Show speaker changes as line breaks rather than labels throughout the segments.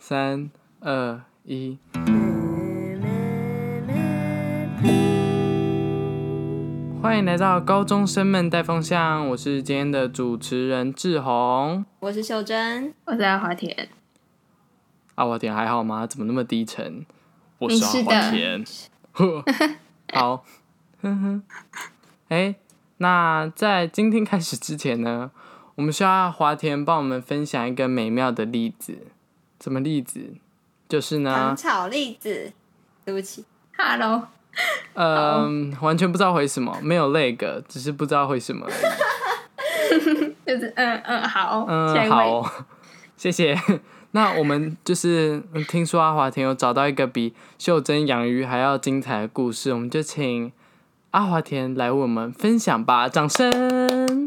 三二一，欢迎来到高中生们带风向，我是今天的主持人志宏。
我是秀珍，
我在滑田，
啊，我点还好吗？怎么那么低沉？我
没
是
事
阿
的
华田。呵 好，呵呵。哎，那在今天开始之前呢，我们需要华田帮我们分享一个美妙的例子。什么例子？就是呢
糖，炒栗子。对不起，
Hello，
嗯、完全不知道回什么，没有 leg，只是不知道回什么而已。
就是嗯嗯好，下一
嗯，
位，
好哦、 谢谢。 那我们就是嗯听说阿华田有找到一个比袖珍养鱼还要精彩的故事，我们就请阿华田来为我们分享吧，掌声。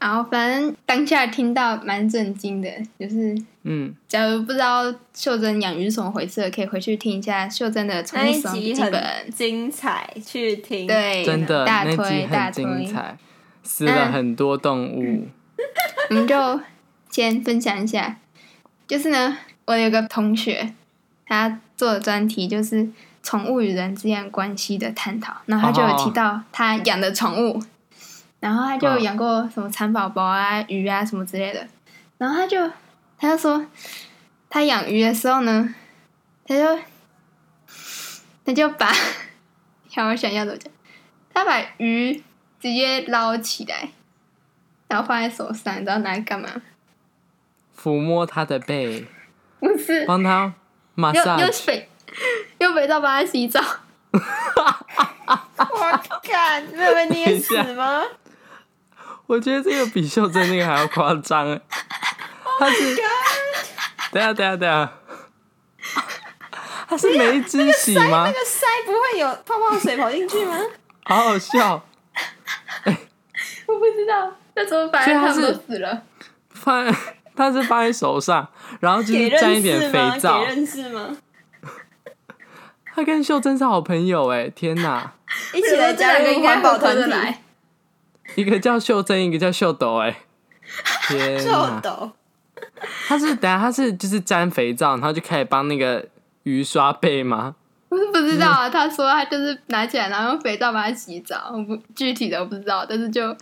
好，反正当下听到蛮震惊的，就是
嗯，
假如不知道秀珍养鱼是怎么回事，可以回去听一下秀珍的《宠
那
物
一
死亡笔
集
记本》，
很精彩，去听。，
对，
真的
大
那
推
集
大
很
推，
精彩，死了很多动物。
我们就先分享一下，就是呢，我有个同学，他做的专题就是宠物与人之间关系的探讨，然后他就有
哦
提到他养的宠物，然后他
啊
就养过什么蚕宝宝啊、鱼啊什么之类的，然后他就他就说，他养鱼的时候呢，他就他就把，看我想要怎么讲，他把鱼直接捞起来。然后放在手上，你知道拿来干嘛？
抚摸它的背，
不是，
帮它马
用
上
用水，用肥皂帮它洗澡。
我看没有被捏死 吗？
我觉得这个比袖珍那个还要夸张哎，他是，等一下等一下等一下，他是每一只洗 吗？
那腮不会有泡泡水跑进去吗？
好好笑，
我不知道，那时候反
所以
正
它
他们
是
都死了。
放 他是放在手上，然后 就是
给
沾
认
一
识
点
吗？
肥皂
给。认识吗？
他跟秀珍是好朋友哎，天哪，
一起来加
这两个
入
应该
环保
合
团
得
体。
来。
一个叫秀珍，一个叫秀斗哎，天
豆
哪，
豆，
他是等一下他是就是沾肥皂，然后就开始帮那个鱼刷背吗？
我 是不知道
嗯
啊，他说他就是拿起来，然后用肥皂把它洗澡。我不具体的我不知道，但是就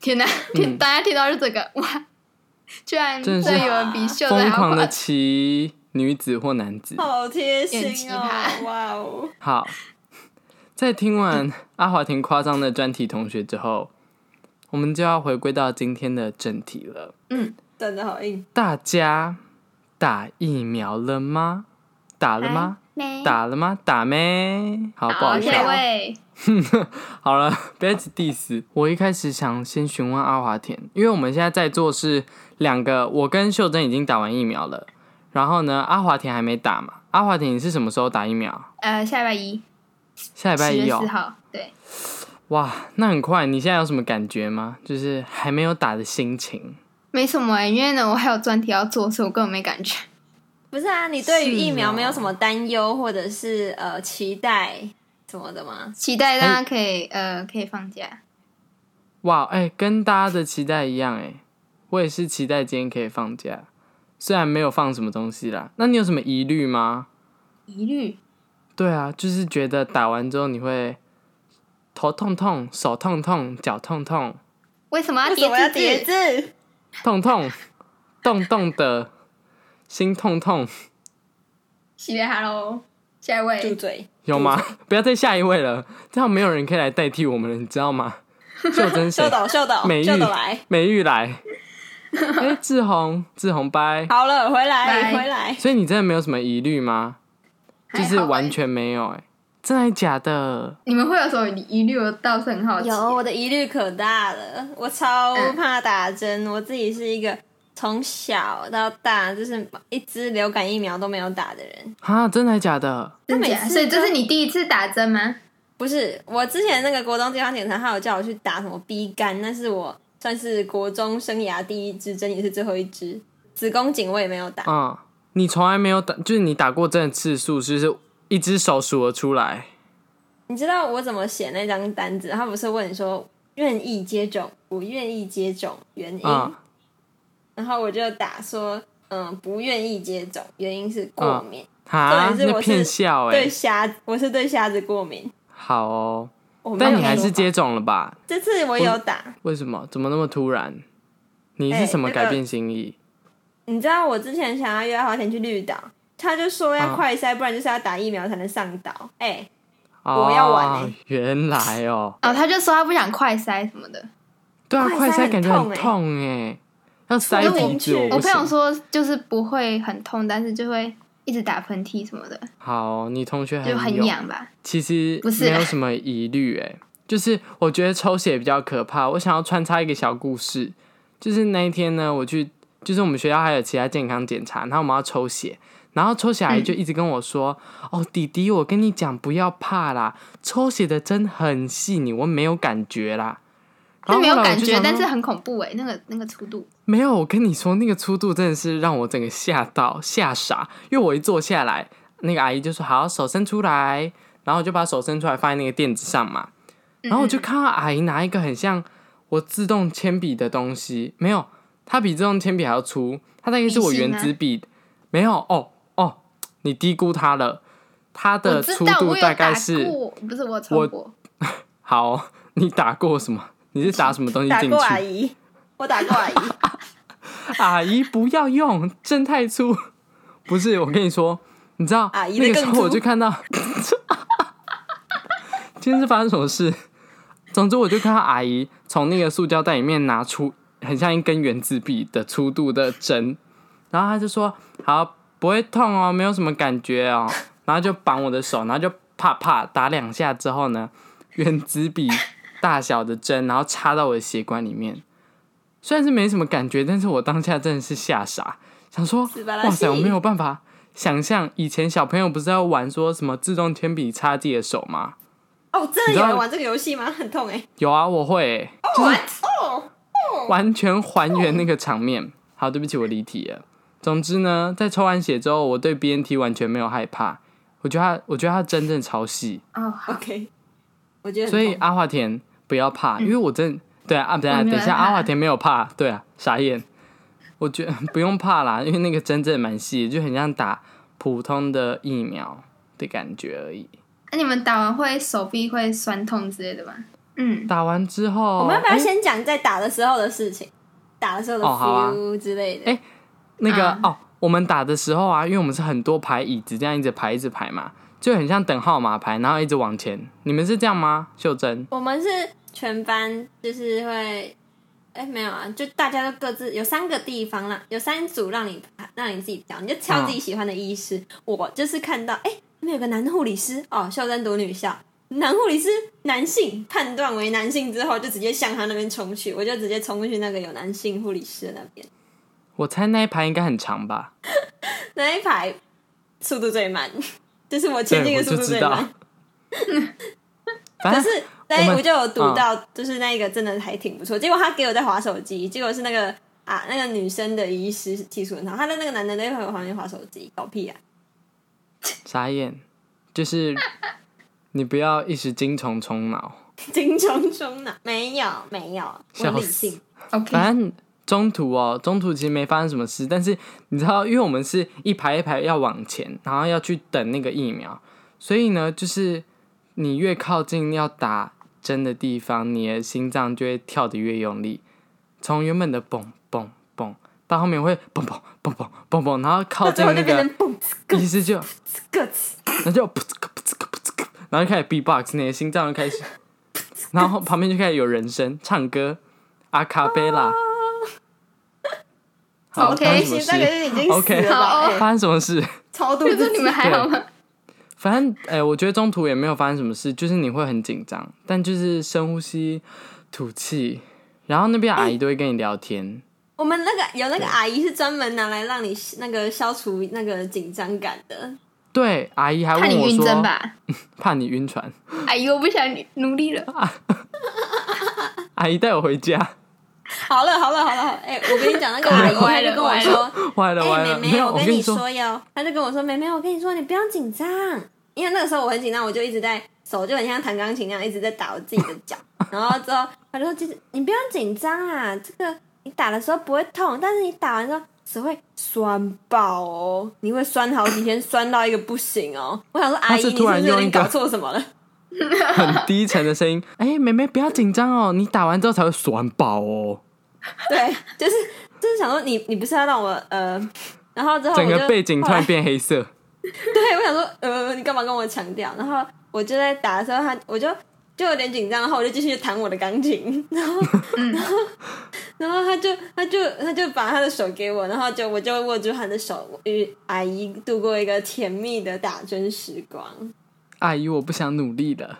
天哪，听大家听到就这个哇，居然
嗯真的是
真有人比秀
疯
珍还
狂
要
的
夸
骑女子或男子。
好贴
有奇
心 哦！
葩
哇哦，
好，在听完阿华田夸张的专题同学之后，我们就要回归到今天的正题了。
真的好硬。
大家打疫苗了吗？打了吗？
没
打了吗？打没？好，不好
好，
意思
下一
啊，
位，
好了，不要一直 diss。我一开始想先询问阿华田，因为我们现在在座是两个，我跟秀珍已经打完疫苗了，然后呢，阿华田还没打嘛。阿华田，你是什么时候打疫苗？
呃，下礼拜一，
下礼拜
十
一哦
月
有、
四号，对，
哇，那很快，你现在有什么感觉吗？就是还没有打的心情。
没什么欸，因为呢我还有专题要做，所以我根本没感觉。
不是啊，你对
是
于疫苗
哦
没有什么担忧或者是呃期待什么的吗？
期待大家可以呃可以放假。
哇，哎、跟大家的期待一样、哎，我也是期待今天可以放假，虽然没有放什么东西啦。那你有什么疑虑吗？
疑虑
对啊，就是觉得打完之后你会头痛痛、手痛痛、脚痛痛、
为什么要
为什么要叠
叠字？
字？
痛痛、动动的心痛痛，
系列 Hello，下一
住
位
嘴！
有吗？ 不要再下一位了，这样没有人可以来代替我们了，你知道吗？秀珍谁
秀？豆秀豆
美玉
秀豆来。
美玉来， 哎、志宏，志宏拜。
好了，回来
拜
回来。
所以你真的没有什么疑虑吗？就
还
是
好欸
完全没有、哎，真的假的？
哎你们会有什么疑虑？我倒是很好奇。
有，我的疑虑可大了，我超怕打针，我自己是一个从小到大就是一支流感疫苗都没有打的人。
啊，真的假的？
真
每
假？
次
所以这
都
是你第一次打针吗？
不是，我之前那个国中健康检查，他有叫我去打什么 B 肝，那是我算是国中生涯第一支针，也是最后一支。子宫颈我也没有打，
嗯，你从来没有打，就是你打过针的次数，就是一只手数得出来。
你知道我怎么写那张单子？他不是问你说愿
嗯
意接种，不愿意接种，原因。
啊、
然后我就打说嗯不愿意接种，原因是过敏。
哈，
重点是
那
我是
骗笑哎、
对虾子，我是对虾子过敏。
好哦，
我没有
但你还是
说
接种了吧？
这次我有打，
为什么？怎么那么突然？你
哎
是什么
那个
改变心意？
你知道我之前想要约花田去绿岛，他就说要
嗯
快筛，不然就是要打疫苗才能上岛。哎、
哦，
我要玩欸
原来哦，
哦，他就说他不想快塞什么的。
对啊，
快
快
塞
塞感觉很
很欸
痛哎、要塞
我
鼻子，
我
不
我朋友
行。
说就是不会很痛，但是就会一直打喷嚏什么的，
好，哦你同学
就很
勇，
痒吧。
其实
不是
没
啊
有什么疑虑哎、就是我觉得抽血比较可怕。我想要穿插一个小故事，就是那一天呢，我去，就是我们学校还有其他健康检查，然后我们要抽血，然后抽血
嗯
阿姨就一直跟我说：“哦，弟弟，我跟你讲，不要怕啦，抽血的针很细，你我没有感觉啦。”然
就
后
没
后
有
来我
感
就
觉，
想
但
说
是很恐怖哎、那个那个粗度。
没有，我跟你说，那个粗度真的是让我整个吓到吓傻，因为我一坐下来，那个阿姨就说：“好，手伸出来。”然后我就把手伸出来放在那个垫子上嘛，然后我就
嗯
看到阿姨拿一个很像我自动铅笔的东西，没有，它比自动铅笔还要粗，它大概是我
笔芯
原
吗
子笔，没有哦哦，你低估它了，它
嗯我
的
知
粗
道，
度
我有
大概
打
是
过，不是我有
我
抽过，
好， 你打过什么？你是 打什么东西
打
进
过阿
去？
姨，我打过 阿姨，
阿姨不要用，针太粗。不是，我跟你说，你知道，
阿姨的
那个时
更
候
粗
我就看到，今天是发生什么事？总之，我就看到阿姨从那个塑胶袋里面拿出很像一根圆珠笔的粗度的针，然后她就说：“好，不会痛哦，没有什么感觉哦。” 然后就绑我的手，然后就啪啪打两下之后呢，圆珠笔大小的针，然后插到我的血管里面。虽然是没什么感觉，但是我当下真的是吓傻，想说
死吧拉：“西
哇塞，我没有办法想象以前小朋友不是要玩说什么自动铅笔插自己的手吗？
哦，真的
你知
有
道
人玩这个游戏吗？很痛哎、
有啊，我会欸、
哦，
完全还原那个场面。好，对不起，我离题了。总之呢，在抽完血之后，我对 BNT 完全没有害怕。我觉得它，我觉得它真正超细，
哦，好
OK，我觉得很
所以
痛
阿华田不要怕，因为我真对啊，啊
哦
等一下
我没
等
有
一下，
怕
阿华田没有怕，对啊，傻眼。我觉得不用怕啦，因为那个真正蛮细的，就很像打普通的疫苗的感觉而已。
那、你们打完会手臂会酸痛之类的吗？嗯，
打完之后，
我们要不要
哎
先讲在打的时候的事情？打的时候的
哦好啊
feel 之类的。
哎那个、
啊
哦，我们打的时候啊，因为我们是很多排椅子这样一直排一直排嘛，就很像等号码牌，然后一直往前。你们是这样吗？秀珍，
我们是全班，就是会，哎、没有啊，就大家都各自有三个地方啦，有三组让你让你自己挑，你就挑自己喜欢的医师。我就是看到，哎、那边有个男护理师，哦，秀珍读女校，男护理师男性判断为男性之后，就直接向他那边冲去，我就直接冲去那个有男性护理师的那边，
我猜那一排应该很长吧？
那一排速度最慢，就是我前进
对，我
的速
就
度
知
最
道
慢。。
反
可
正
啊
是，但
我
我
们
就有读到，就是那一个真的还挺不错。结果他给我在划手机，结果是那个啊，那个女生的医师技术很好，他的那个男的在旁边划手机，搞屁啊！
傻眼，就是你不要一时精虫充脑。
精虫充脑，没有没有，我
笑
理
死
性。
OK，
反正中途哦，中途其实没发生什么事，但是你知道，因为我们是一排一排要往前，然后要去等那个疫苗，所以呢，就是你越靠近要打针的地方，你的心脏就会跳得越用力，从原本的嘣嘣嘣到后面会嘣嘣嘣嘣嘣嘣，然后靠
啊
到最
近
后
那
就变
个
成蹦呲咯
医师就，
呲咯呲，
然后就噗呲咯噗呲咯噗呲咯，然后就开始 B-box，你的心脏就开始，然后旁边就开始有人声唱歌，阿卡贝拉。好
OK，
发生什么
心脏可
事？
是已经死
OK
了吧？
好
哎
发生什么事？
超度
就
自
是
己
你们还好吗？
反正哎、我觉得中途也没有发生什么事，就是你会很紧张，但就是深呼吸、吐气，然后那边阿姨都会跟你聊天。
我们那个有那个阿姨是专门拿来让你那个消除那个紧张感的，
对，阿姨还
怕
问
你
我
晕针
说，
吧？
怕你晕船。
阿姨，我不想努力了。
阿姨带我回家，
好了好了好了，好了哎、我跟你讲，那个
歪
阿姨她
了
就跟我
歪了
说，
坏了
哎、
坏了，
妹
没
妹，
有，
我
跟
跟你
说，
说哟，她就跟我说，妹妹，我跟你说，你不要紧张，因为那个时候我很紧张，我就一直在手就很像弹钢琴那样一直在打我自己的脚，然后之后她就说，就是你不要紧张啊，这个你打的时候不会痛，但是你打完之后只会酸爆哦，你会酸好几天，酸到一个不行哦。我想说，阿
他
姨，
是
你是
突
不
然
是有
用一
点
个
搞错 什么了？
很低沉的声音。 哎、妹妹不要紧张哦，你打完之后才会酸爆哦，
对，就是就是想说你你不是要让我呃，然后之后我
整
就
个背景突
后来
然变黑色。
对，我想说，呃，你干嘛跟我强调？然后我就在打的时候，他我就就有点紧张，然后我就继续弹我的钢琴，然后，
嗯
然后，然后他就他就他就把他的手给我，然后就我就握住他的手，与阿姨度过一个甜蜜的打针时光。
阿姨，我不想努力了。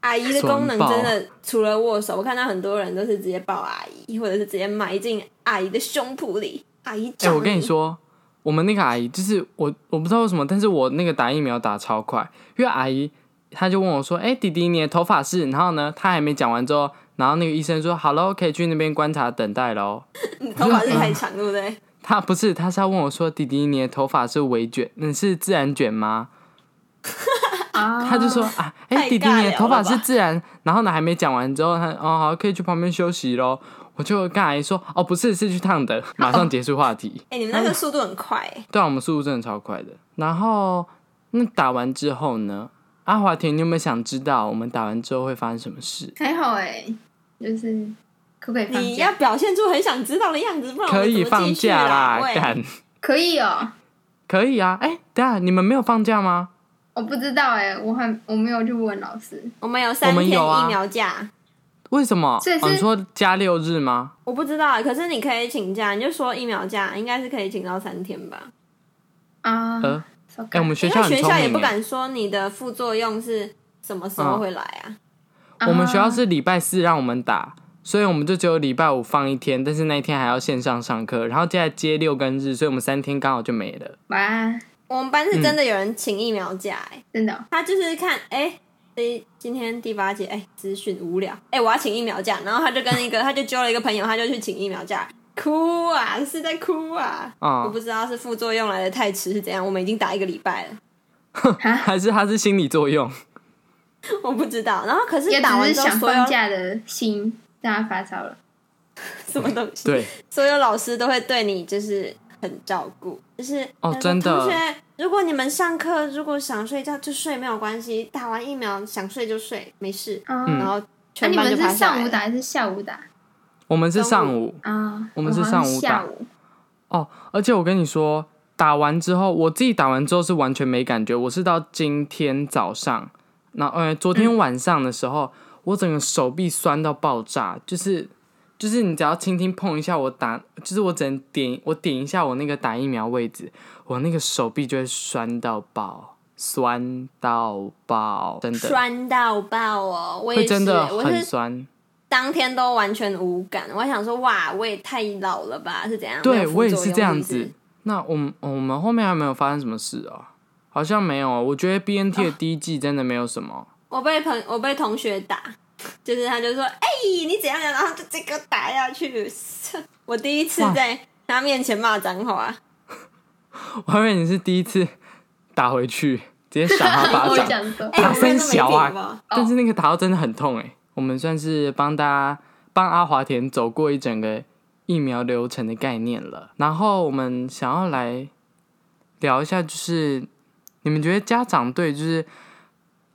阿姨的功能
爽爆
真的除了握手，我看到很多人都是直接抱阿姨，或者是直接埋进阿姨的胸脯里。阿姨，
哎、我跟你，说，我们那个阿姨就是我，我不知道为什么，但是我那个打疫苗打超快，因为阿姨她就问我说：“哎、弟弟，你的头发是？”然后呢，她还没讲完之后，然后那个医生说：“好喽，可以去那边观察等待喽。”
你头发是太长，对不对？
他不是，他是要问我说：“弟弟，你的头发是微卷，你是自然卷吗？”
啊，
他就 说：“啊，哎、
哦太
弟弟，
尬
你的
聊
头
了
发是
吧
自然。”然后呢，还没讲完之后，他哦好，可以去旁边休息喽。我就跟阿姨说：“哦，不是，是去烫 的。”马上结束话题。
哎、你们那个速度很快、哎
对啊，我们速度真的超快的。然后那打完之后呢？阿华田，你有没有想知道我们打完之后会发生什么事？
还好哎、就是可不可以放
你
假
要？表现出很想知道的样子，不然我们
可以
怎么
放
继续啊
假啦，
喂
干
可以哦、
可以啊。哎、等一下你们没有放假吗？
我不知道哎、我还我没有去问老师，
我们有三
我们
天
有啊
疫苗假，
为什么？
这
哦、你
是
说加六日吗？
我不知道啊，可是你可以请假，你就说疫苗假应该是可以请到三天吧。
啊，
呃，
糟糕
哎、我们学
因
校
为
很
学
聪
校也
明
不
欸。
敢说你的副作用是什么时候会来
嗯
啊。
我们学校
啊
是礼拜四让我们打，所以我们就只有礼拜五放一天，但是那一天还要线上上课，然后接下来接六跟日，所以我们三天刚好就没了。
哇，
我们班是真的有人请疫苗假、欸，
真的哦、
他就是看，哎、诶今天第八节，哎、资讯无聊，哎、我要请疫苗假，然后他就跟一个，他就揪了一个朋友，他就去请疫苗假，哭啊，是在哭啊，
啊
我不知道是副作用来的太迟是怎样，我们已经打一个礼拜了。
还是它是心理作用，
我不知道。然后可是
也只
打完
是
之后，
想
所有
放假的心让他发烧了。
什么东西，
对，
所有老师都会对你就是很照顾，就是
哦
他说
真的
同学，如果你们上课如果想睡觉就睡没有关系，打完疫苗想睡就睡，没事。
嗯，
然后
那、
全
你
班
们
就是趴下来
上
了
午打还是下午打
我们是
上
上午
啊？
我们是
好像
上午打
下午
哦，而且我跟你说，打完之后，我自己打完之后是完全没感觉，我是到今天早上，那呃昨
嗯
天晚上的时候，我整个手臂酸到爆炸，就是就是你只要轻轻碰一下我打，就是我只能点我点一下我那个打疫苗位置，我那个手臂就会酸到爆，酸到爆，真的
酸到爆哦！我也
会
是，
真的
我
很
是
酸。
当天都完全无感，我还想说哇，我也太老了吧，是怎样？没
对
有副
我也
作
是
用
这样
不是
子。那我们我们后面还没有发生什么事啊？好像没有啊。我觉得 B N T 的第一季真的没有什么。
我被朋我被同学打，就是他就说：“哎、你怎样怎样？”然后就这个打下去。 我第一次
哇
在他面前骂脏话，
我还以为你是第一次 打回去，直接赏他巴
哦我
掌。
讲哦说，
哎、
打
我真的
三
没
小啊
听过
但是那个打到真的很痛哎、我们算是帮大家帮阿华田走过一整个疫苗流程的概念了。然后我们想要来聊一下，就是你们觉得家长对就是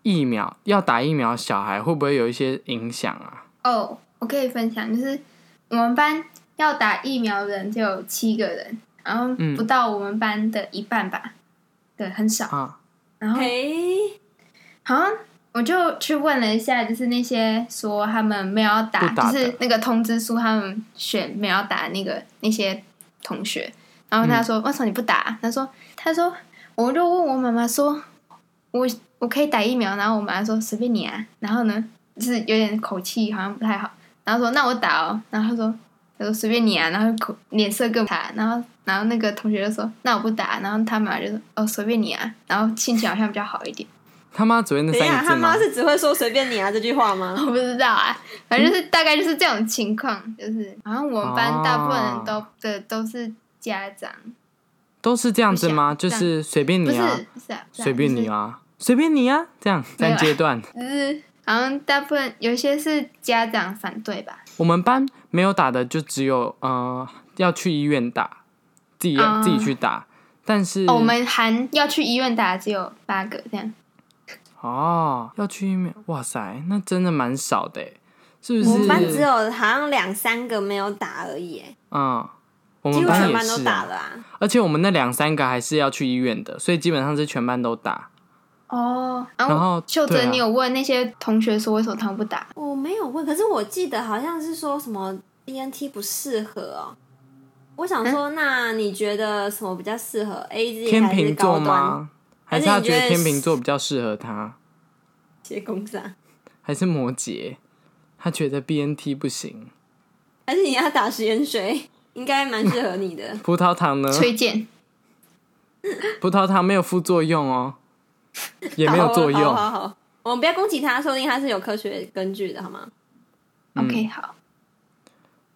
疫苗要打疫苗，小孩会不会有一些影响啊？
哦，我可以分享，就是我们班要打疫苗的人就有七个人，然后
嗯
不到我们班的一半吧，对，很少。
啊，
然后
嘿，
好像我就去问了一下，就是那些说他们没有要打，
不打的
就是那个通知书他们选没有要打那个那些同学，然后他说、
嗯
为什么你不打？他说他说我就问我妈妈说，我我可以打疫苗，然后我妈说随便你啊，然后呢就是有点口气好像不太好，然后说那我打哦，然后他说。他说随便你啊，然后口脸色更差，然后然后那个同学就说那我不打，然后他妈就说哦随便你啊，然后心情好像比较好一点。
他妈只会那
等一
三个
下，
字
他
吗
妈？是只会说随便你啊这句话吗？
我不知道啊，反
嗯
正就是大概就是这种情况，就是好像我们班大部分人
哦
都的都是家长，
都是这样子
啊
吗？
不
就
想
是随便
不是
你啊，
不是啊，不是啊
随便你，啊，随便你啊，这样
没有
三
啊
阶段。
就是就是好像大部分有些是家长反对吧，
我们班没有打的就只有呃要去医院打，自己要
哦
啊
自己去打。但是
哦我们含要去医院打只有八个这样，
哦，要去疫苗，哇塞，那真的蛮少的耶，是不
我
是？
们班只有好像两三个没有打而已，哎
嗯，我
几
们
乎全
也
班都
是、
打
啊，
了啊。
而且我们那两三个还是要去医院的，所以基本上是全班都打。
哦，
然后
秀
对啊
珍，你有问那些同学说为什么他们不打？
我没有问，可是我记得好像是说什么 BNT 不适合哦。我想说，那你觉得什么比较适合？A Z
嗯天
还是
秤座
高端？
吗？还
还
是
是
他
你
觉
觉
得
得
天
是
秤座比较适合他？
接工商，
还是摩羯？他觉得 BNT 不行，。
还是你要打食盐水？ 应该蛮适合你的
葡萄糖呢？
崔健，
葡萄糖没有副作用哦，也没有作用。
好好啊好好，我们不要攻击他，说不定他是有科学根据的，好吗？
嗯
OK，好，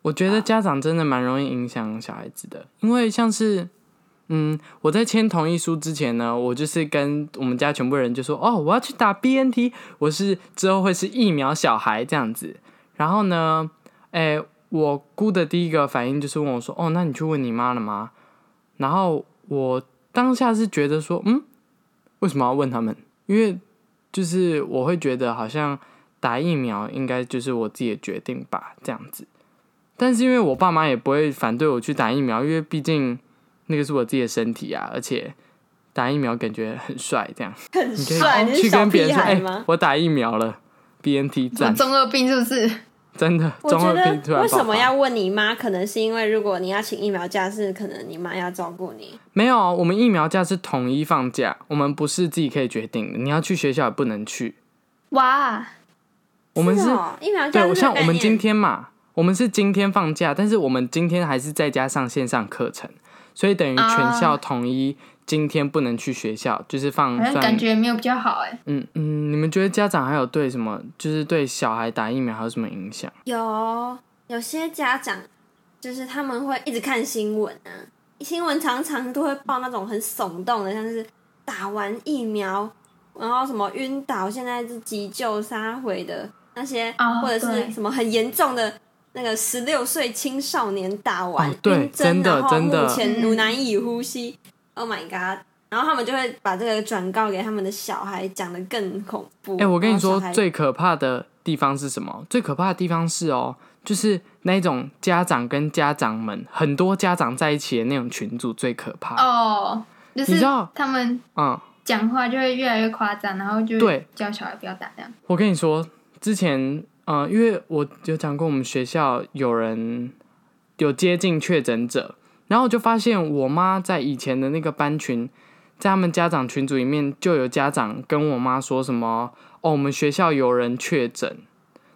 我觉得家长真的蛮容易影响小孩子的，因为像是，嗯，我在签同意书之前呢，我就是跟我们家全部人就说，哦，我要去打 BNT，我是之后会是疫苗小孩这样子。然后呢，哎、我姑的第一个反应就是问我说，哦，那你去问你妈了吗？然后我当下是觉得说，嗯，为什么要问他们？因为就是我会觉得好像打疫苗应该就是我自己的决定吧，这样子。但是因为我爸妈也不会反对我去打疫苗，因为毕竟那个是我自己的身体啊，而且打疫苗感觉很帅，这样
很
你可
帅，你
以去
是小
跟别
屁
人说：“
孩
哎、
吗？
我打疫苗了，BNT
我
赞，
中二病是不是？
真的。”
我
中
觉
二病突
得
然
为
爆
什么
发
要问你妈？可能是因为如果你要请疫苗假，是可能你妈要照顾你。
没有啊？我们疫苗假是统一放假，我们不是自己可以决定的。你要去学校也不能去，
哇，
我们是
哦疫苗假
对，
是
像我们今
天。
天嘛，我们是今天放假，但是我们今天还是在家上线上课程，所以等于全校
啊
统一今天不能去学校，就是放
好像
算
感觉没有比较好哎。
嗯嗯，你们觉得家长还有对什么，就是对小孩打疫苗还有什么影响？
有有些家长就是他们会一直看新闻啊，新闻常常都会报那种很耸动的，像是打完疫苗，然后什么晕倒，现在是急救杀回的那些，
哦
或者是
对
什么很严重的。那个十六岁青少年打完、
哦对
晕针，
真的
然后
真的
目前如难以呼吸、o h my god！然后他们就会把这个转告给他们的小孩，讲的更恐怖。
哎、我跟你
然后
说
小孩，
最可怕的地方是什么？最可怕的地方是哦，就是那种家长跟家长们，很多家长在一起的那种群组最可怕。
哦，就
啊你
是
知道
他们
嗯，
讲话就会越来越夸张，然后就
对
叫小孩不要打这样。
我跟你说，之前呃，因为我有讲过，我们学校有人有接近确诊者，然后我就发现我妈在以前的那个班群，在他们家长群组里面就有家长跟我妈说什么哦，我们学校有人确诊，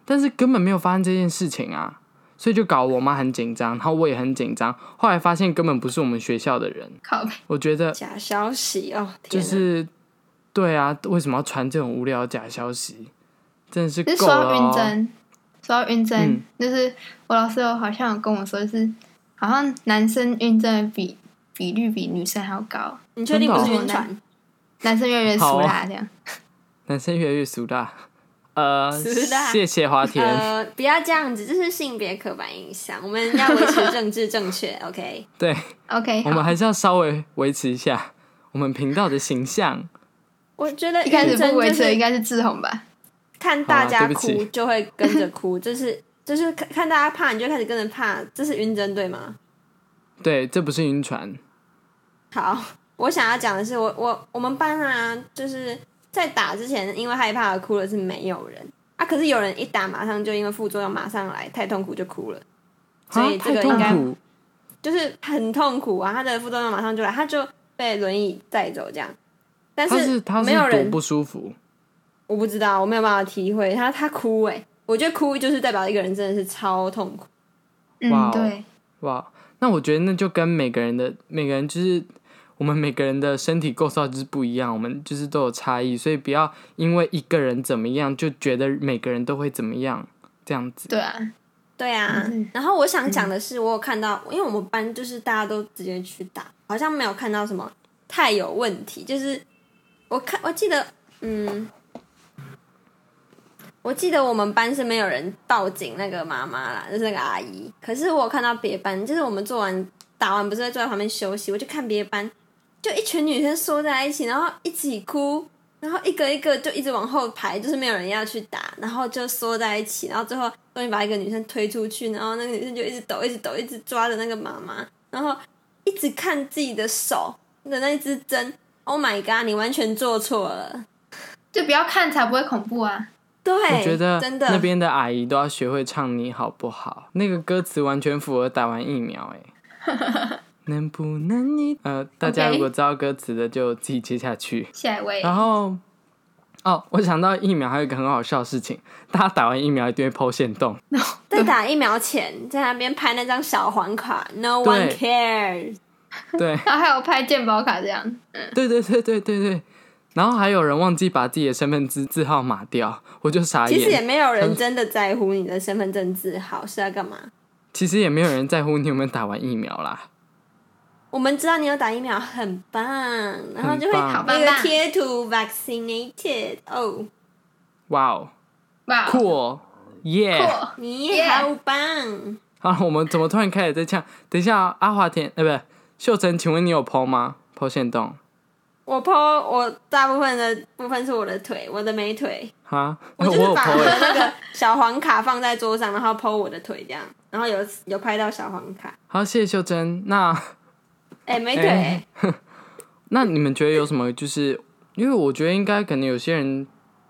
但是根本没有发生这件事情啊，所以就搞我妈很紧张，然后我也很紧张，后来发现根本不是我们学校的人，
靠北，
我觉得
假消息哦，
就
天哪
是对啊，为什么要传这种无聊的假消息？真的是
就是
够
说
了、
到
哦。
晕针，说到晕针
嗯，
就是我老师有好像有跟我说，就是好像男生晕针的比比率比女生还要高，
你确定不是
真的哦
晕船？
男生越来越
好
粗
啊
啦这样。
男生越来越俗大，呃，
俗辣
谢谢华田。
呃，不要这样子，这是性别刻板印象，我们要维持政治 正确，OK？
对，
OK，
我们
好
还是要稍微维持一下我们频道的形象。
我觉得
一开始不维持
认真就
的应
是
该是志宏吧？
看大
好啊
家
对不起
哭就会跟着哭，就是就是看看大家怕，你就开始跟着怕，这是晕针对吗？
对，这不是晕船，
好，我想要讲的是，我我我们班啊，就是在打之前因为害怕而哭的是没有人啊，可是有人一打马上就因为副作用马上来，太痛苦就哭了，所
啊
以这
太
个
痛
应该
苦。
就是很痛苦啊，他的副作用马上就来，他就被轮椅载走这样。但
他是他
没有
是
人
多，不舒服，
我不知道，我没有办法体会他他哭哎、我觉得哭就是代表一个人真的是超痛苦。
哇哦
嗯，对，
哇！那我觉得那就跟每个人的每个人就是我们每个人的身体构造就是不一样，我们就是都有差异，所以不要因为一个人怎么样就觉得每个人都会怎么样这样子。
对啊，
对啊，
嗯
然后我想讲的是，我有看到，因为我们班就是大家都直接去打，好像没有看到什么太有问题。就是我看，我记得，嗯，我记得我们班是没有人报警那个妈妈啦，就是那个阿姨。可是我有看到别班，就是我们做完打完不是会坐在旁边休息，我就看别的班，就一群女生缩在一起，然后一起哭，然后一个一个就一直往后排，就是没有人要去打，然后就缩在一起，然后最后终于把一个女生推出去，然后那个女生就一直抖，一直抖，一直抓着那个妈妈，然后一直看自己的手的那一支针。Oh my god！你完全做错了。
就不要看才不会恐怖啊！
对，
我觉得
真
那
的
边的阿姨都要学会唱你好不好？那个歌词完全符合打完疫苗哎、 能不能你呃，大家
OK
如果知道歌词的就自己接下去。
下一位，
然后哦，我想到疫苗还有一个很好笑的事情，大家打完疫苗一定会剖线洞，
在打疫苗前在那边拍那张小黄卡，No
对
one cares。
对
然后还有拍健保卡这样，
对对对对对对。然后还有人忘记把自己的身份证字号码掉，我就傻眼。
其实也没有人真的在乎你的身份证字号是要干嘛。
其实也没有人在乎你有没有打完疫苗啦。
我们知道你有打疫苗，很棒，然后就
很棒
会那
好棒
个
棒
贴图 vaccinated 哦，
哇哦，
哇，
啊
酷哦，耶、
酷哦
你
Yeah
好棒！
啊，我们怎么突然开始在唱？等一下啊、阿华田，呃，不是秀珍，请问你有 PO 吗？PO 线动
我 po 我大部分的部分是我的腿，我的美腿，
哈？
我就
有
是把我
PO
的
欸
那个小黄卡放在桌上，然后 po 我的腿这样，然后有有拍到小黄卡，
好，谢谢秀珍。那
哎、美腿、
哎那你们觉得有什么？就是因为我觉得应该可能有些人，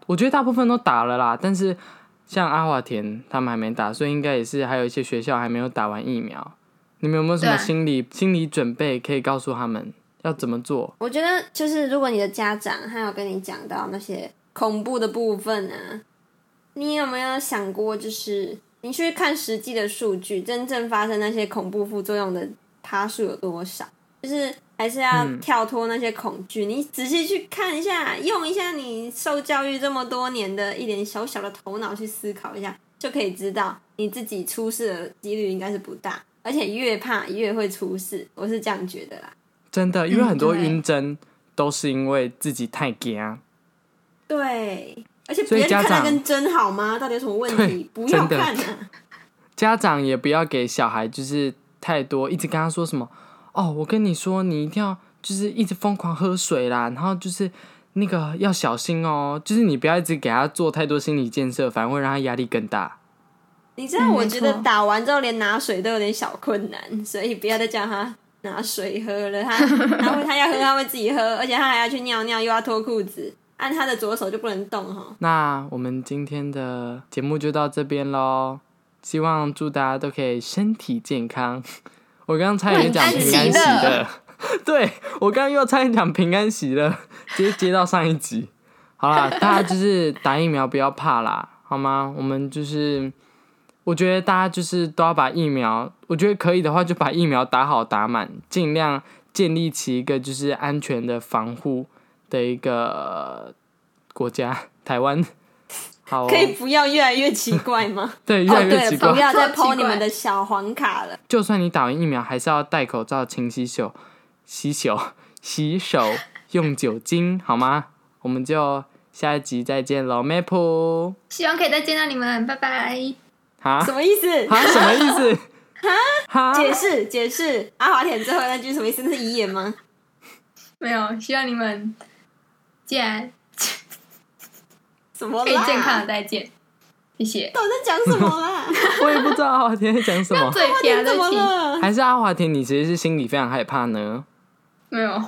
我觉得大部分都打了啦，但是像阿华田他们还没打，所以应该也是还有一些学校还没有打完疫苗。你们有没有什么
对啊
心理心理准备可以告诉他们要怎么做？
我觉得就是如果你的家长还有跟你讲到那些恐怖的部分啊，你有没有想过，就是你去看实际的数据，真正发生那些恐怖副作用的趴数有多少？就是还是要
嗯
跳脱那些恐惧，你仔细去看一下，用一下你受教育这么多年的一点小小的头脑去思考一下，就可以知道你自己出事的几率应该是不大，而且越怕越会出事，我是这样觉得啦。
真的，因为
嗯
很多
对
晕针都是因为自己太惊。
对，而且
所以
别人
家
看它
长
跟真好吗？到底有什么问
对
题？不要
真的
看啊！
家长也不要给小孩就是太多，一直跟他说什么哦，我跟你说，你一定要就是一直疯狂喝水啦，然后就是那个要小心哦，就是你不要一直给他做太多心理建设，反而会让他压力更大。
你知道，
嗯
我
没
觉得
错
打完之后连拿水都有点小困难，所以不要再叫他拿水喝了。他 他会他要喝，他会自己喝，而且他还要去尿尿，又要脱裤子，按他的左手就不能动哈。
那我们今天的节目就到这边喽，希望祝大家都可以身体健康。 我刚刚差点讲
万
平
事
安喜
喜乐
乐， 对我刚刚又差点讲平安喜乐，直接接到上一集。好啦，大家就是打疫苗不要怕啦，好吗？我们就是，我觉得大家就是都要把疫苗，我觉得可以的话就把疫苗打好打满，尽量建立起一个就是安全的防护的一个国家， 台湾。好、哦，
可以不要越来越奇怪吗？
对， 越
哦
来，越
对，
奇怪。
不要再
超奇
剖你
怪
们的小黄卡 了。
就算你打完疫苗，还是要戴口罩、勤洗手、洗手、 洗手，用酒精，好吗？我们就下一集再见喽，Maple。
希望可以再见到你们，拜拜。
哈
什么意思？
哈，什么意思？哈
解释解释。阿华田最后那句什么意思？那是遗言吗？
没有，希望你们既然
什么
可
啦？
以哎健康的再见，谢谢。
到底在讲什么 啦？
我也不知道阿华田在讲什么，
最
你
甜
怎
的
么
情，
了？
还是阿华田你其实是心里非常害怕呢？
没有，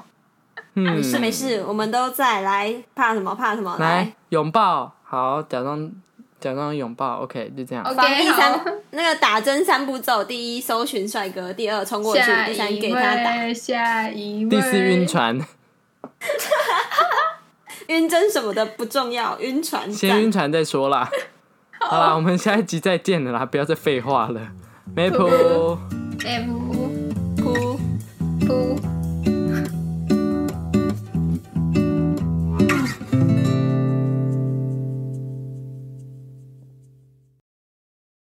嗯，
没事没。事，我们都在来，怕什么怕什么
来。拥抱，好，假装假装拥抱，OK，就这样。
OK，
防疫
好
三那个打针三步骤：第一，搜寻帅哥；第二，冲过去；
下
第三，给
一
他打。
位，下一位，
第四晕船，
晕针什么的不重要，晕船
先晕
站。
船再说啦。好啦，我们下一集再见了啦，不要再废话了，Maple。
F